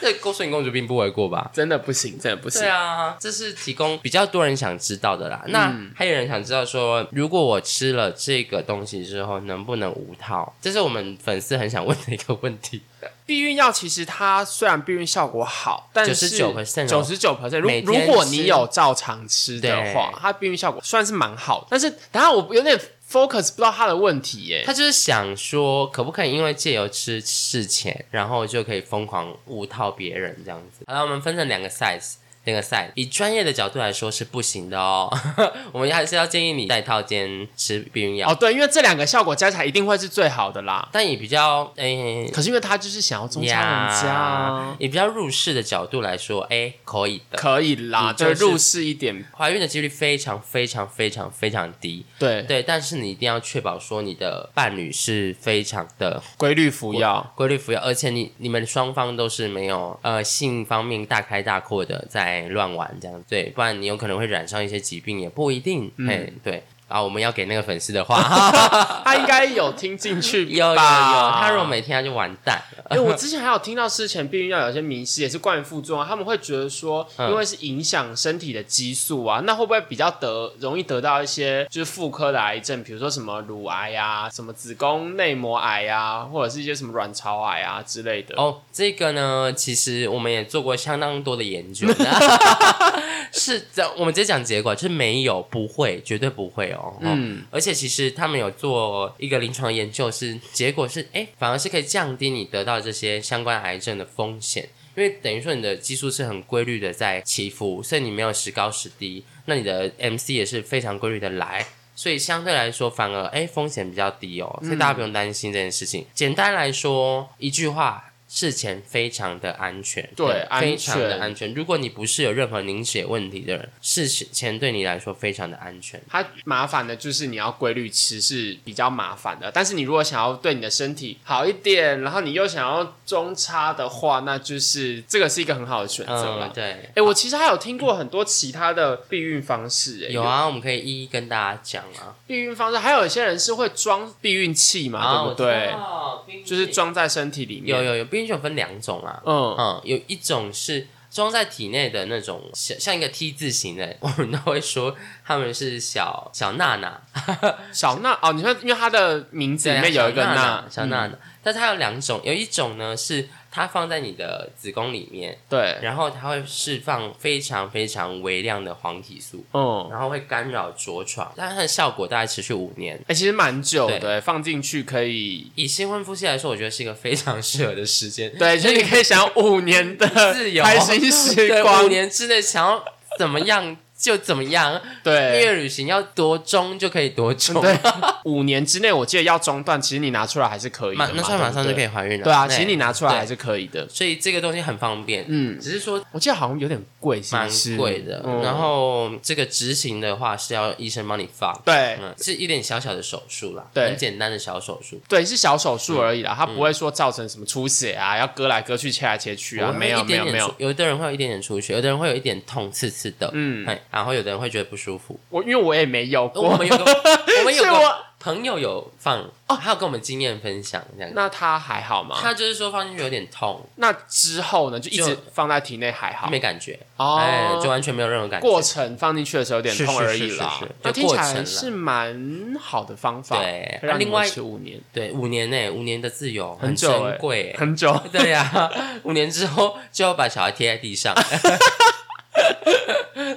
这公说你公主病不为过吧？
真的不行，真的不行
对。啊，嗯这是提供比较多人想知道的啦。那、还有人想知道说，如果我吃了这个东西之后，能不能无套？这是我们粉丝很想问的一个问 题。
避孕药其实它虽然避孕效果好，但是
99%
九十九 percent，如
每天
如
吃
果你有照常吃的
对
话，它避孕效果算是蛮好的。但是等一下我有点 focus 不到它的问题耶、
他就是想说，可不可以因为借由吃事前，然后就可以疯狂误套别人这样子？好了，我们分成两个 size。两个 size，以专业的角度来说是不行的哦。 我们还是要建议你戴套间吃避孕药，
哦，对，因为这两个效果加起来一定会是最好的啦。
但以比较诶、
可是因为他就是想要中伤人家啊，
以比较入世的角度来说，哎，可以的。
可以啦，
你就是
嗯对入世一点，
怀孕的几率非常非常非常非常低，
对，
对，但是你一定要确保说你的伴侣是非常的
规律服药。
规律服药，而且你你们双方都是没有呃性方面大开大阔的在乱玩这样，对，不然你有可能会染上一些疾病，也不一定，
嗯
哎，对。啊，我们要给那个粉丝的 话，
他应该有听进去吧？
有 有有，他如果没听，他就完蛋了。
哎、我之前还有听到之前避孕药有些迷思，也是关于副作用，他们会觉得说，
嗯
因为是影响身体的激素啊，那会不会比较得容易得到一些就是妇科的癌症，比如说什么乳癌啊、什么子宫内膜癌啊，或者是一些什么卵巢癌啊之类的。
哦，这个呢，其实我们也做过相当多的研究， 是的，我们直接讲结果，就是没有，不会，绝对不会哦。嗯，而且其实他们有做一个临床研究是，结果是，哎，反而是可以降低你得到这些相关癌症的风险。因为等于说你的激素是很规律的在起伏，所以你没有时高时低，那你的 MC 也是非常规律的来，所以相对来说反而哎风险比较低
嗯
哦，所以大家不用担心这件事情。简单来说，一句话，事前非常的安全，
对
非常
安
的
全
安全。如果你不是有任何凝血问题的人，事前对你来说非常的安全。
它麻烦的就是你要规律吃是比较麻烦的，但是你如果想要对你的身体好一点，然后你又想要中差的话，那就是这个是一个很好的选择了
嗯，。对
哎、。我其实还有听过很多其他的避孕方式、哎，
有啊，我们可以一一跟大家讲啊。
避孕方式，还有一些人是会装避孕器嘛，
啊，
对
我知
不对？
道冰
就是
淇
装在身体里面。
有有有，避孕器有分两种啊。
嗯，
嗯，有一种是装在体内的那种，像像一个 T 字形的， 我们都会说他们是小小娜娜，
小娜哦，你说因为它的名字
对
里
啊
面有一个
小
娜嗯
娜，小娜娜。但它有两种，有一种呢是它放在你的子宫里面，
对，
然后它会释放非常非常微量的黄体素，
嗯，
然后会干扰着床，但它的效果大概持续五年。
哎、其实蛮久的、
对
哎放进去可以，
以新婚夫妻来说，我觉得是一个非常适合的时 间，
对，就是你可以想要五年的
自由
开心时
对五
光，
年之内想要怎么样就怎么样，蜜
对。
月旅行要多中就可以多中，
对，五年之内我记得要中断，其实你拿出来还是可以的
马
嘛，
那算马上就可
以。
以怀孕了。
对啊，
那
其实你拿出来
对
还是可以的。
所以这个东西很方便，
嗯
只是说
我记得好像有点贵，是
蛮
不是？
贵的。
嗯
然后这个执行的话是要医生帮你放，
对，
嗯，是一点小小的手术啦，
对
很简单的小手术。
对，是小手
嗯
术而已啦，它不会说造成什么出血啊，要割来割去、切来切去啊，
我会
没有
一
没
点
有
点
没有
出，，有的人会有一点点出血，有的人会有一点痛，刺刺的，
嗯
哎，然后有的人会觉得不舒服。
我因为 我也没有
我
过，
们有 个我们有
所以
个
我
朋友有放哦，他有跟我们经验分享这样子，
那啊他还好吗？
他就是说放进去有点痛，
那之后呢，就一直
就
放在体内还好
没感觉，
哦
哎，就完全没有任何感觉。
过程放进去的时候有点痛而已
是是是
啦。
是是
那
就
听
过
起
程啦
来是蛮好的方法，
对啊
会让你
另外
维持五年，
对，五年内、五年的自由
很久
珍
欸
贵、欸。
很久。
对呀、五年之后就要把小孩贴在地上。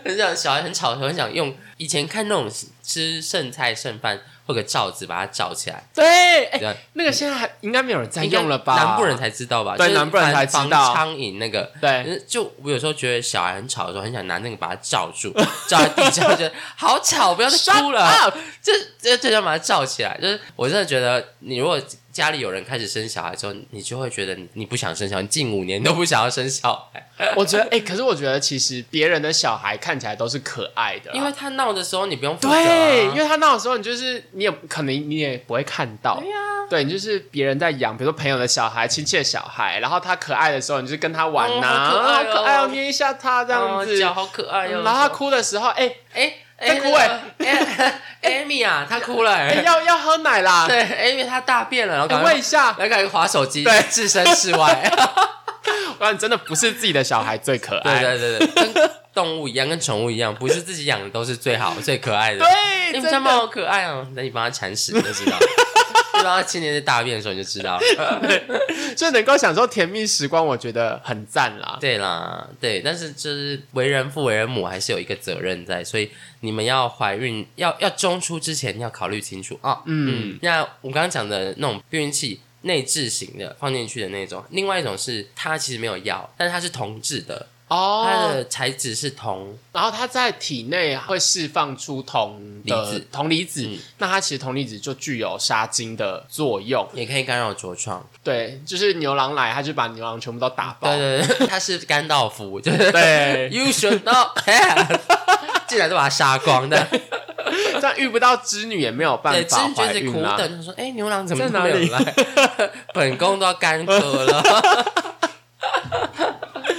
很想小孩很吵的时候，很想用以前看那种吃剩菜剩饭，会有个罩子把它罩起来，
对，哎、
这样
那个现在还应该没有人在
应该
用了吧？
南部人才知道吧？
对
就是
南部人才知道
防苍蝇那个。
对，
就我有时候觉得小孩很吵的时候，很想拿那个把它罩住，罩在地上，觉得好吵，不要再哭了。
啊，
这这这要把它罩起来。就是我真的觉得，你如果家里有人开始生小孩之后，你就会觉得你你不想生小孩，你近五年都不想要生小孩，
我觉得，哎、可是我觉得其实别人的小孩看起来都是可爱的啦，啊
因为他闹的时候你不用负责、
对，因
啊。
为他闹的时候，你就是你也可能你也不会看到，对呀、对你就是别人在养，比如说朋友的小孩、亲戚的小孩，然后他可爱的时候，你就跟他玩呐、
哦好可爱哦
啊可爱哦，捏一下他这样
哦
子，嗯
脚好可爱哟、
然后他哭的时候，哎、
哎哎，
他哭哎
那个哎哎，Amy 啊，他哭了、
哎
哎
要要喝奶啦，
对，Amy 他大便了，然后赶
哎
快
喂一下，
来赶快划手机，
对
置身事外。
不然真的不是自己的小孩最可
对
爱，
对对对，跟动物一样，跟宠物一样，不是自己养的都是最好最可哎爱的。
对
你们
真
家
的
猫好可爱哦，那你帮它铲屎你就 知道，你帮它清洁大便的时候你就知道。
就能够享受甜蜜时光，我觉得很赞啦。
对啦，对，但是就是为人父为人母还是有一个责任在，所以你们要怀孕要要中出之前要考虑清楚啊。嗯，那我刚刚讲的那种避孕器。内置型的放进去的那种，另外一种是它其实没有药，但是它是铜制的，它
哦，
的材质是铜，
然后它在体内会释放出铜的
离子
铜离子，
嗯
那它其实铜离子就具有杀精的作用。
也可以干扰着床。
对，就是牛郎来，他就把牛郎全部都打爆。
对对对，他是甘道夫，就是 You should not have，竟 然都把他杀光的。
这样遇不到织女也没有办
对，织
法
女就
怀
是苦
孕啊啦。
等，他说：“哎、牛郎怎么
在
都
哪
没有
里
来？ 本宫都要干渴 了。”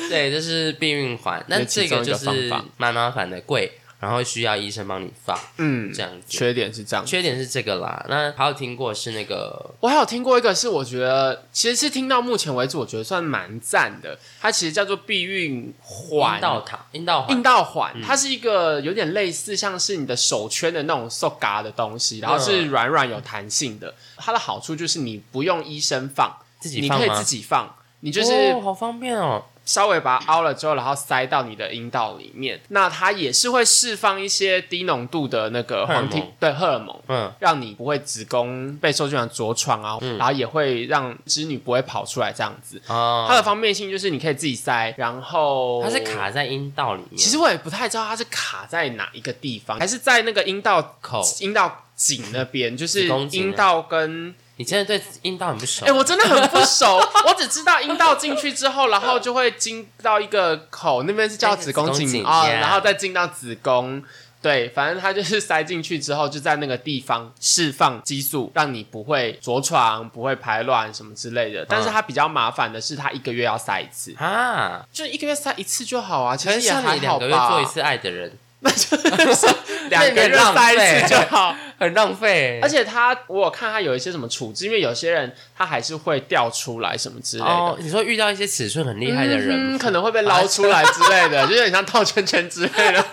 对，这是避孕环，那
这
这
其
个
中一
就
个
是
方法
蛮麻烦的，贵，然后需要医生帮你放
嗯，
这样子。
缺点是这样。
缺点是这个啦，那还有听过是那个
我还有听过一个是，我觉得其实是听到目前为止，我觉得算蛮赞的。它其实叫做避孕环
阴。道塔、阴道环
阴，道环，
嗯
它是一个有点类似像是你的手圈的那种 so ga 的东西，
嗯
然后是软软有弹性的。它的好处就是你不用医生放，
自己
你
放
可以
吗
自？己放，你就
哦、
是
好方便哦，
稍微把它凹了之后，然后塞到你的阴道里面。那它也是会释放一些低浓度的那个黄
荷尔
体
蒙，
对荷尔蒙。
嗯，
让你不会子宫被受精卵灼创啊，然后也会让织女不会跑出来这样子。
哦，
它的方便性就是你可以自己塞，然后
它是卡在阴道里面，
其实我也不太知道它是卡在哪一个地方，还是在那个阴道
口
阴道颈那边，就是
子宫颈啊
阴道跟
你真的对阴道很不熟。
哎、我真的很不 熟，我只知道阴道进去之后，然后就会进到一个口，那边是叫子宫
那个子宫
颈
颈
啊，哦
yeah
然后再进到子宫。对，反正它就是塞进去之后，就在那个地方释放激素，让你不会着床、不会排卵什么之类的。但是它比较麻烦的是，它一个月要塞一次，
啊，
就一个月塞一次就好啊，其
可是
实也
像
还
你
好
两个月
吧。
做一次爱的人，
那就是 两个人塞一次就好。
很浪费
而且他，我有看他有一些什么处置，因为有些人他还是会掉出来什么之类的。
哦，你说遇到一些尺寸很厉害的人，
嗯可能会被捞出来之类的，就有点像套圈圈之类 的。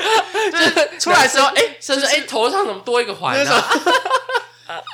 就是出来之后，哎、
甚至哎头上怎么多一个环啊
那
呢
时？ 候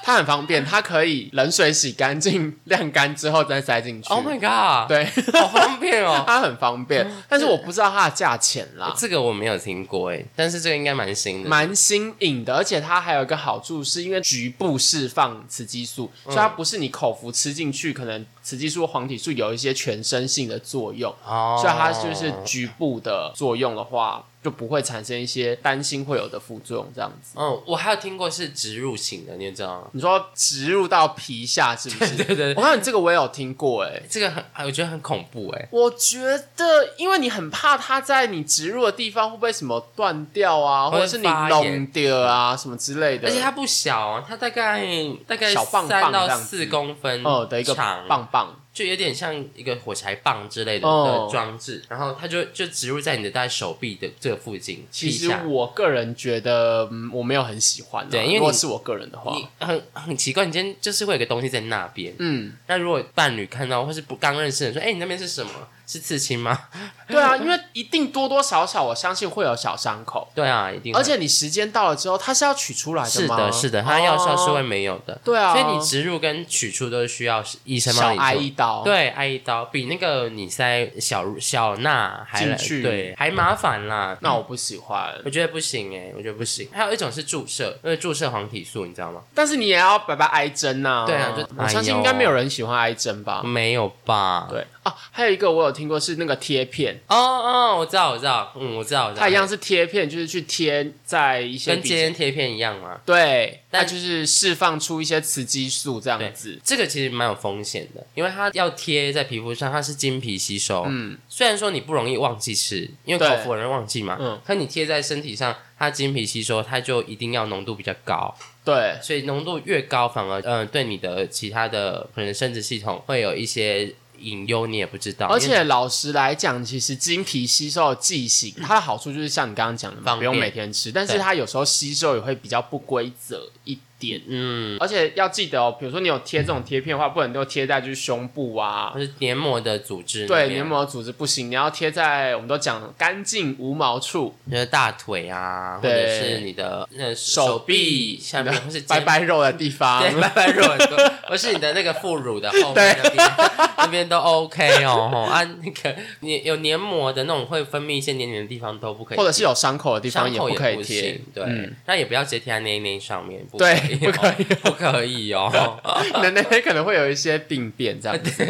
它很方便，它可以冷水洗干净、 晾干之后再塞进去。
Oh my god，
对，
好方便 哦。
它很方便，但是我不知道它的价钱啦，
这个我没有听过哎，但是这个应该蛮新的。
蛮新颖的。而且它还有一个好处，是因为局部释放雌激素，
嗯
所以它不是你口服吃进去，可能雌激素、黄体素有一些全身性的作用。
哦，
所以它就是局部的作用的话，就不会产生一些担心会有的副作用这样子。
嗯，我还有听过是植入型的，你知道 吗？
你说植入到皮下是不 是？
对对对
我告诉你，这个我也有听过哎、
这个很，我觉得很恐怖哎。
我觉得，因为你很怕它在你植入的地方会不会什么断掉啊，
或
或
者
者是你
发炎
弄掉啊什么之类的。
而且它不小哦，它大概大概
小棒棒
三到
这样子
四公分
哦的一个
长，
棒棒，
就有点像一个火柴棒之类的
哦
的装置，然后它就就植入在你的大概手臂的这个附近，
其
皮
实
下
我个人觉得，嗯我没有很喜欢啊。
对因为
如果
你
是我个人的话，
你很很奇怪，你今天就是会有个东西在那边。
嗯，
那如果伴侣看到或是不刚认识的人说：“哎、你那边是什么？是刺青吗
对啊，因为一定多多少少，我相信会有小伤口，？”
对啊，一定会。
而且你时间到了之后，它是要取出来
是
吗？
的，是的，它药效是会
哦
没有的。
对啊，
所以你植入跟取出都是需要医生帮
小
你
挨
做
一刀，，
对，挨一刀比那个你塞小小钠还
进
来
去
对还麻烦啦。
那我不喜欢。
我觉得不行哎、我觉得不行。还有一种是注射，因为注射黄体素，你知道吗？
但是你也要拜拜挨针呐、
对啊就嗯
我相信应该没有人喜欢挨针吧？
没有吧？
哦对啊，还有一个我有听过是那个贴片，
哦哦，我知道，我知道，嗯，我知道，我知道。
它一样是贴片，就是去贴在一些
跟
笔
戒烟贴片一样嘛。
对，
但
它就是释放出一些雌激素这
对
样子。
这个其实蛮有风险的，因为它要贴在皮肤上，它是经皮吸收。
嗯，
虽然说你不容易忘记吃，因为
对
口服很容易忘记嘛。
嗯
可你贴在身体上，它经皮吸收，它就一定要浓度比较
嗯
高。
对，
所以浓度越高，反而嗯、呃对你的其他的可能生殖系统会有一些隐忧，你也不知道。
而
因为
且老实来讲，其实经皮吸收的 剂型，它的好处就是像你刚刚讲的嘛，
方
不
便
用每天吃，但是
对
它有时候吸收也会比较不规则一点。
嗯，
而且要记得哦，比如说你有贴这种贴片的话，不能都贴在就是胸部啊
或，是黏膜的组织那边
对黏，膜组织不行，你要贴在我们都讲干净无毛处，
就是大腿啊，或
对
者是你的呃手臂下面，或是肩
白白肉的地 方。
对拜拜肉很多，或是你的那个副乳的后面那边 那边都 OK 哦。吼啊，那个你有黏膜的那种会分泌一些黏黏的地方都不可以，
或者是有伤口的地方
伤
也
口
不可以
不
贴
行，，对，
嗯
那也不要直接贴在内内上面，不
对
可以哦
不可以
不可以 哦。
那那边可能会有一些病变 这样子。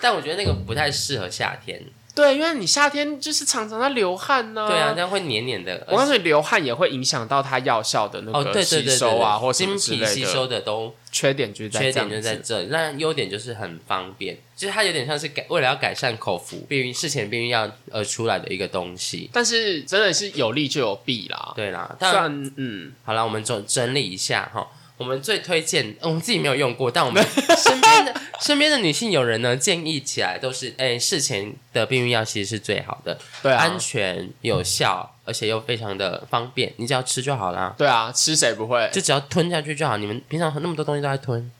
但我觉得那个不太适合夏天。
对，因为你夏天就是常常在流汗呢、
对啊，这样会黏黏的。
嗯我
而
告
且
诉你，流汗也会影响到它药效的那
哦，对
个
对对
吸
对对
收啊，或什
精
么之
皮
类
吸
的。
收的都
缺点就是在
缺
这样
点就在
子。
这里，那优点就是很方便，就是它有点像是改为了要改善口服避孕事前避孕药而出来的一个东西。
但是真的是有利就有弊啦。
对啦，
虽
当然
然嗯，
好啦，我们整整理一下哈。我们最推荐，呃我们自己没有用过，但我 们身边的身边的女性友人呢，建议起来都是，哎、事前的避孕药其实是最好的，
对啊
安，全有效，而且又非常的方便，你只要吃就好啦。
对啊，吃谁不会？
就只要吞下去就好。你们平常那么多东西都在吞，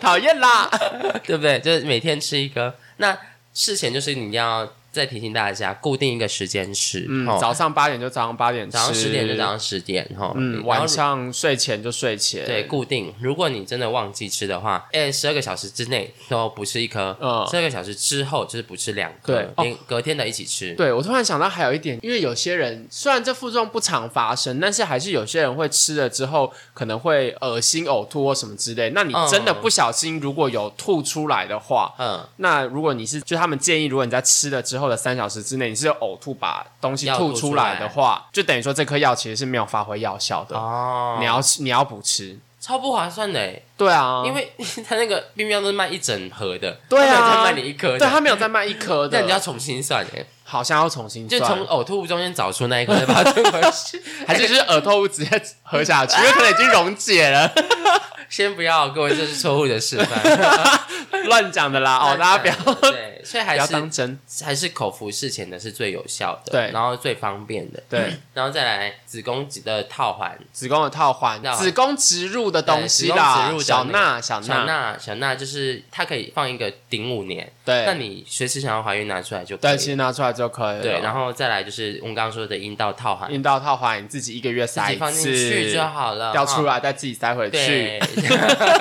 讨厌 啦。
对不对？就是每天吃一个。那事前就是你要再提醒大家，固定一个时间吃，
嗯，
哦，
早上八点就早上八点吃，
早上十点就早上十点，哈，
嗯，
然后
晚上睡前就睡前。
对，固定。如果你真的忘记吃的话，哎，十二个小时之内都不吃一颗，
嗯
十二个小时之后就是不吃两
对
颗，
哦
连隔天的一起吃。
对，我突然想到还有一点，因为有些人虽然这副作用不常发生，但是还是有些人会吃了之后可能会恶心、呕吐或什么之类。那你真的
嗯
不小心如果有吐出来的话，
嗯，
那如果你是就他们建议，如果你在吃了之后的三小时之内你是有呕吐把东西
要
吐
吐
出
出
来
来
的话，就等于说这颗药其实是没有发挥药效的。
哦，
你要吃，你要补吃。
超不划算的哎，
对啊，
因为 他那个冰冰都是卖一整盒的，
对啊
他没有再卖你一颗的，
对他没有再卖一颗
那
的，
你就要重新算哎。
好像要重新
就
算，
从呕吐物中间找出那一颗，再 把它吞回去。
还是就是
哎
耳朵物直接喝下去，因为可能已经溶解了。
先不要，各位，这是错误的示 范。
乱讲 的啦，哦，大家不要不
对，所以还
要
是
当真。
还是口服事前的是最有效的，
对
然后最方便的，
对，
然后再来子宫的套环。
子宫的套环
那，
子宫植入的东西
对子宫
啦，
植入的
小娜，小
小
娜，
娜，小娜就是它可以放一个顶五年，那
对，
你随时想要怀孕拿出来就可
对，
以。
其实拿出来就可以了。
对，然
后
后再来就是我们刚刚说的阴道套环，
阴道套环，你自己一个月
自
塞
己
一
放进去
次
就，好了，
掉
哈
出来再自己塞回去。
对，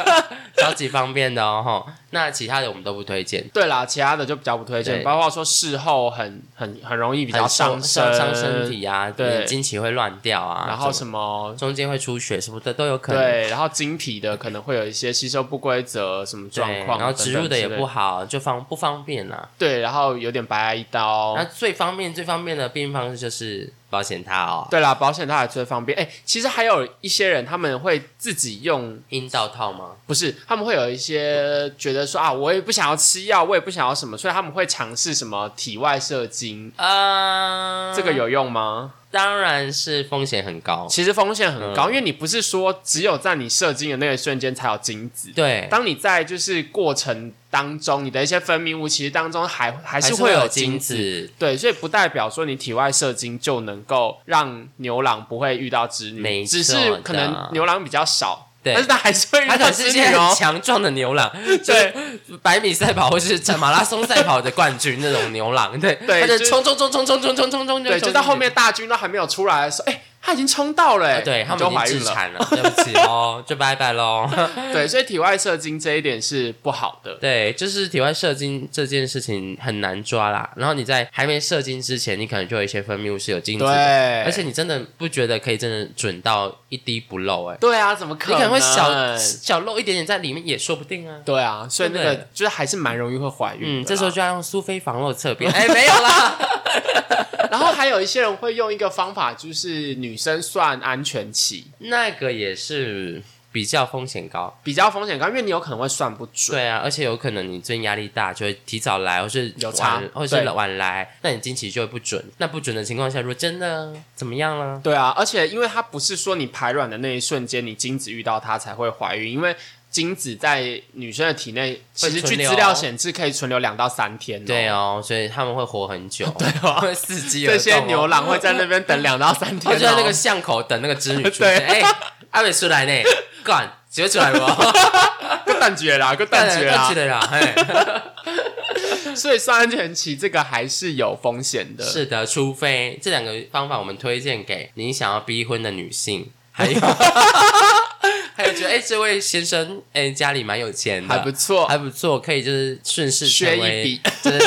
超级方便的哦。吼那其他的我们都不推荐，
对啦，其他的就比较不推
对
荐，包括说事后很很很容易比
比
较伤
伤
身，
伤身，体啊，
对
你经期会乱掉啊，
然后
什
什
么
么。
中间会出血什么的都有可能。
对，然后经皮的可能会有一些吸收不规则什么状
对，
况，
然后植入
的
的也不，好，就方不方便啦、
对，然后有点白挨一刀，
那最方便、最方便的避孕方式就是保险套哦，
对啦，保险套还最方便。哎、其实还有一些人他们会自己用，
阴道套吗？
不是他们会有一些觉得说啊，我也不想要吃药，我也不想要什么，所以他们会尝试什么体外射精，
啊、
这个有用吗？
当然是风险很高。
其实风险很高，因为你不是说只有在你射精的那个瞬间才有精子，
对，
当你在就是过程当中，你的一些分泌物其实当中还还
还
是
会
会有
精
精子，
子，
对，所以不代表说你体外射精就能够让牛郎不会遇到织
没
女，
错
只是可能牛郎比较少，
对
但是他还是会 遇
他可
到
能是
织
一
女
些很
哦。
强壮的牛郎，
对，
百米赛跑或是马拉松赛跑的冠军那种牛郎，对，
对
他就
就
冲冲冲冲冲冲冲冲冲，
对，就到后面大军都还没有出来的时候，哎、他已经冲到了、哎
啊，对他
你
们
就
已
怀
经
孕
自
了。
残了，对不起哦，就拜拜喽。
对，所以体外射精这一点是不好的。
对，就是体外射精这件事情很难抓啦。然后你在还没射精之前，你可能就有一些分泌物是有精子
对，
的，而且你真的不觉得可以真的准到一滴不漏、欸，哎，
对啊，怎么可
你
能？
可能会小小漏一点点在里面也说不定啊。
对啊，所以那
对
个
不对
就是还是蛮容易会怀孕的啦。
嗯，这时候就要用苏菲防漏侧边，哎、没有啦，
然后还有一些人会用一个方法，就是女生算安全期，
那个也是比较风险高。
比较风险高，因为你有可能会算不准。
对啊，而且有可能你最近压力大，就会提早来，或是
有差
晚，或是
对
晚来，那你经期就会不准。那不准的情况下，如果真的怎么样了？
对啊，而且因为它不是说你排卵的那一瞬间，你精子遇到它才会怀孕，因为精子在女生的体内，其实
存
据
留
资料显示可以存留两到三天、
对。哦，所以他们会活很 久，对
哦
会伺机而
这些
动哦
牛，郎会在那边等两到三
他
天、哦，
就在那 个巷口等那个织女出
对
现，哎，阿伟出来呢，干，直接出来 了，
个蛋绝啦，个蛋绝 啦
断，绝了啦， 嘿，
所以算安全期这个还是有风险的。
是啊的，除非这两个方法我们推荐给你想要逼婚的女性，还 有还有觉得哎，这位先生哎家里蛮有钱的，
还不错，
还不错，可以就是顺势成
学一
为
笔，
就是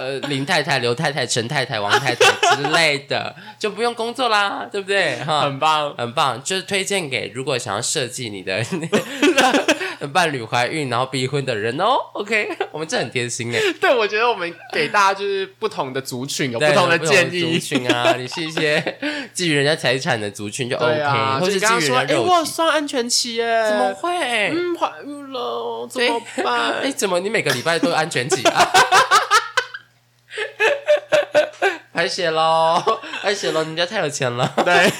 呃林太太、刘太太、陈太太、王太太之类的，就不用工作啦，对不对？哈，
很棒。
很棒，就是推荐给如果想要设计你的 伴侣怀孕然后逼婚的人哦。OK，我们这很贴心哎，
对，我觉得我们给大家就是不同的族群有不
对
同的建
族
议。
群啊，你是一些 基于人家财产的族群就 OK，、
对啊，
或
就是
基
你刚刚
于
说，
人
哎、
家肉
我有
体，
算安全期耶，
怎么会？
嗯，怀孕了，怎
对
么
哎，
办？
怎么你每个礼拜都有安全期 啊？拍写喽，拍写喽，人家太有钱了，
对，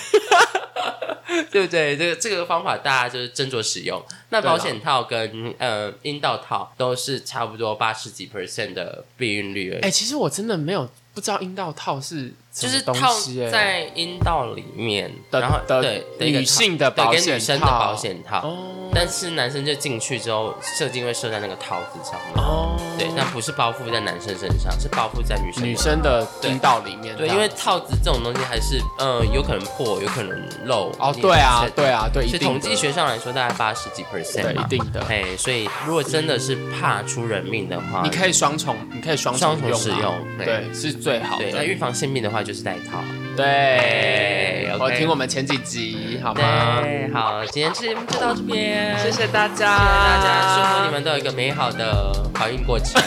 对不对？这个这个方法大家就是斟酌使用。那
对啦啊
保险套跟呃阴道套都是差不多八十几 percent 的避孕率而已，
哎、其实我真的没有不知道阴道套是什
就
么
是
东
套
西耶欸
在阴道里面，
的
然后
的
对的一个
女
套
性的
对
保
跟
险
女生的
套
保险套，
哦
但是男生就进去之后射精会射在那个套子上面，
哦，
对，但不是包覆在男生身上，是包覆在女生
女
的
生的阴道里面这
对，
样，
因为套子这种东西还是，嗯、有可能破，有可能漏。
哦，
你
对啊
是，
对啊，对，一
所以
定
统
的
计学上来说，大概八十几 percent
对
嘛
一。定的，
哎，所以如果真的是怕出人命的话，
你可以双重，你可以双
双
重
重
用
使
啊
用，
对，是最好
对，那预
的。
防性病的话就是戴套。
对
对，
我
哎 OK
听我们前几集好吗？
对，好，今天节目就到这边，谢
谢谢大家，
大家，祝福你们都有一个美好的怀孕过 程。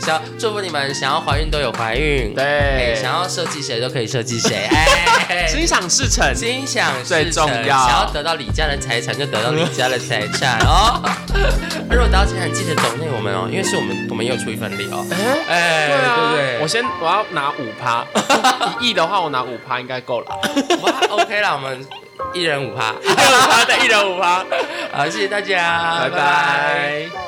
想祝福你们想要怀孕都有怀孕，哎
对，
想要设计谁都可以设计谁， 哎
心想事成，
心想事成
最重要
想要得到李家的财产，就得到李家的财产 哦。如果得到财产，记得抖内我们哦，因为是我们，我们也有出一份力哦。
哎
哎
对啊，
对不对
我先我要拿五 趴，一亿的话我拿五趴应该够了，
哇，OK 啦，我们一人五趴。
一人五趴，对，一人五趴，
好，谢谢大家，
拜拜。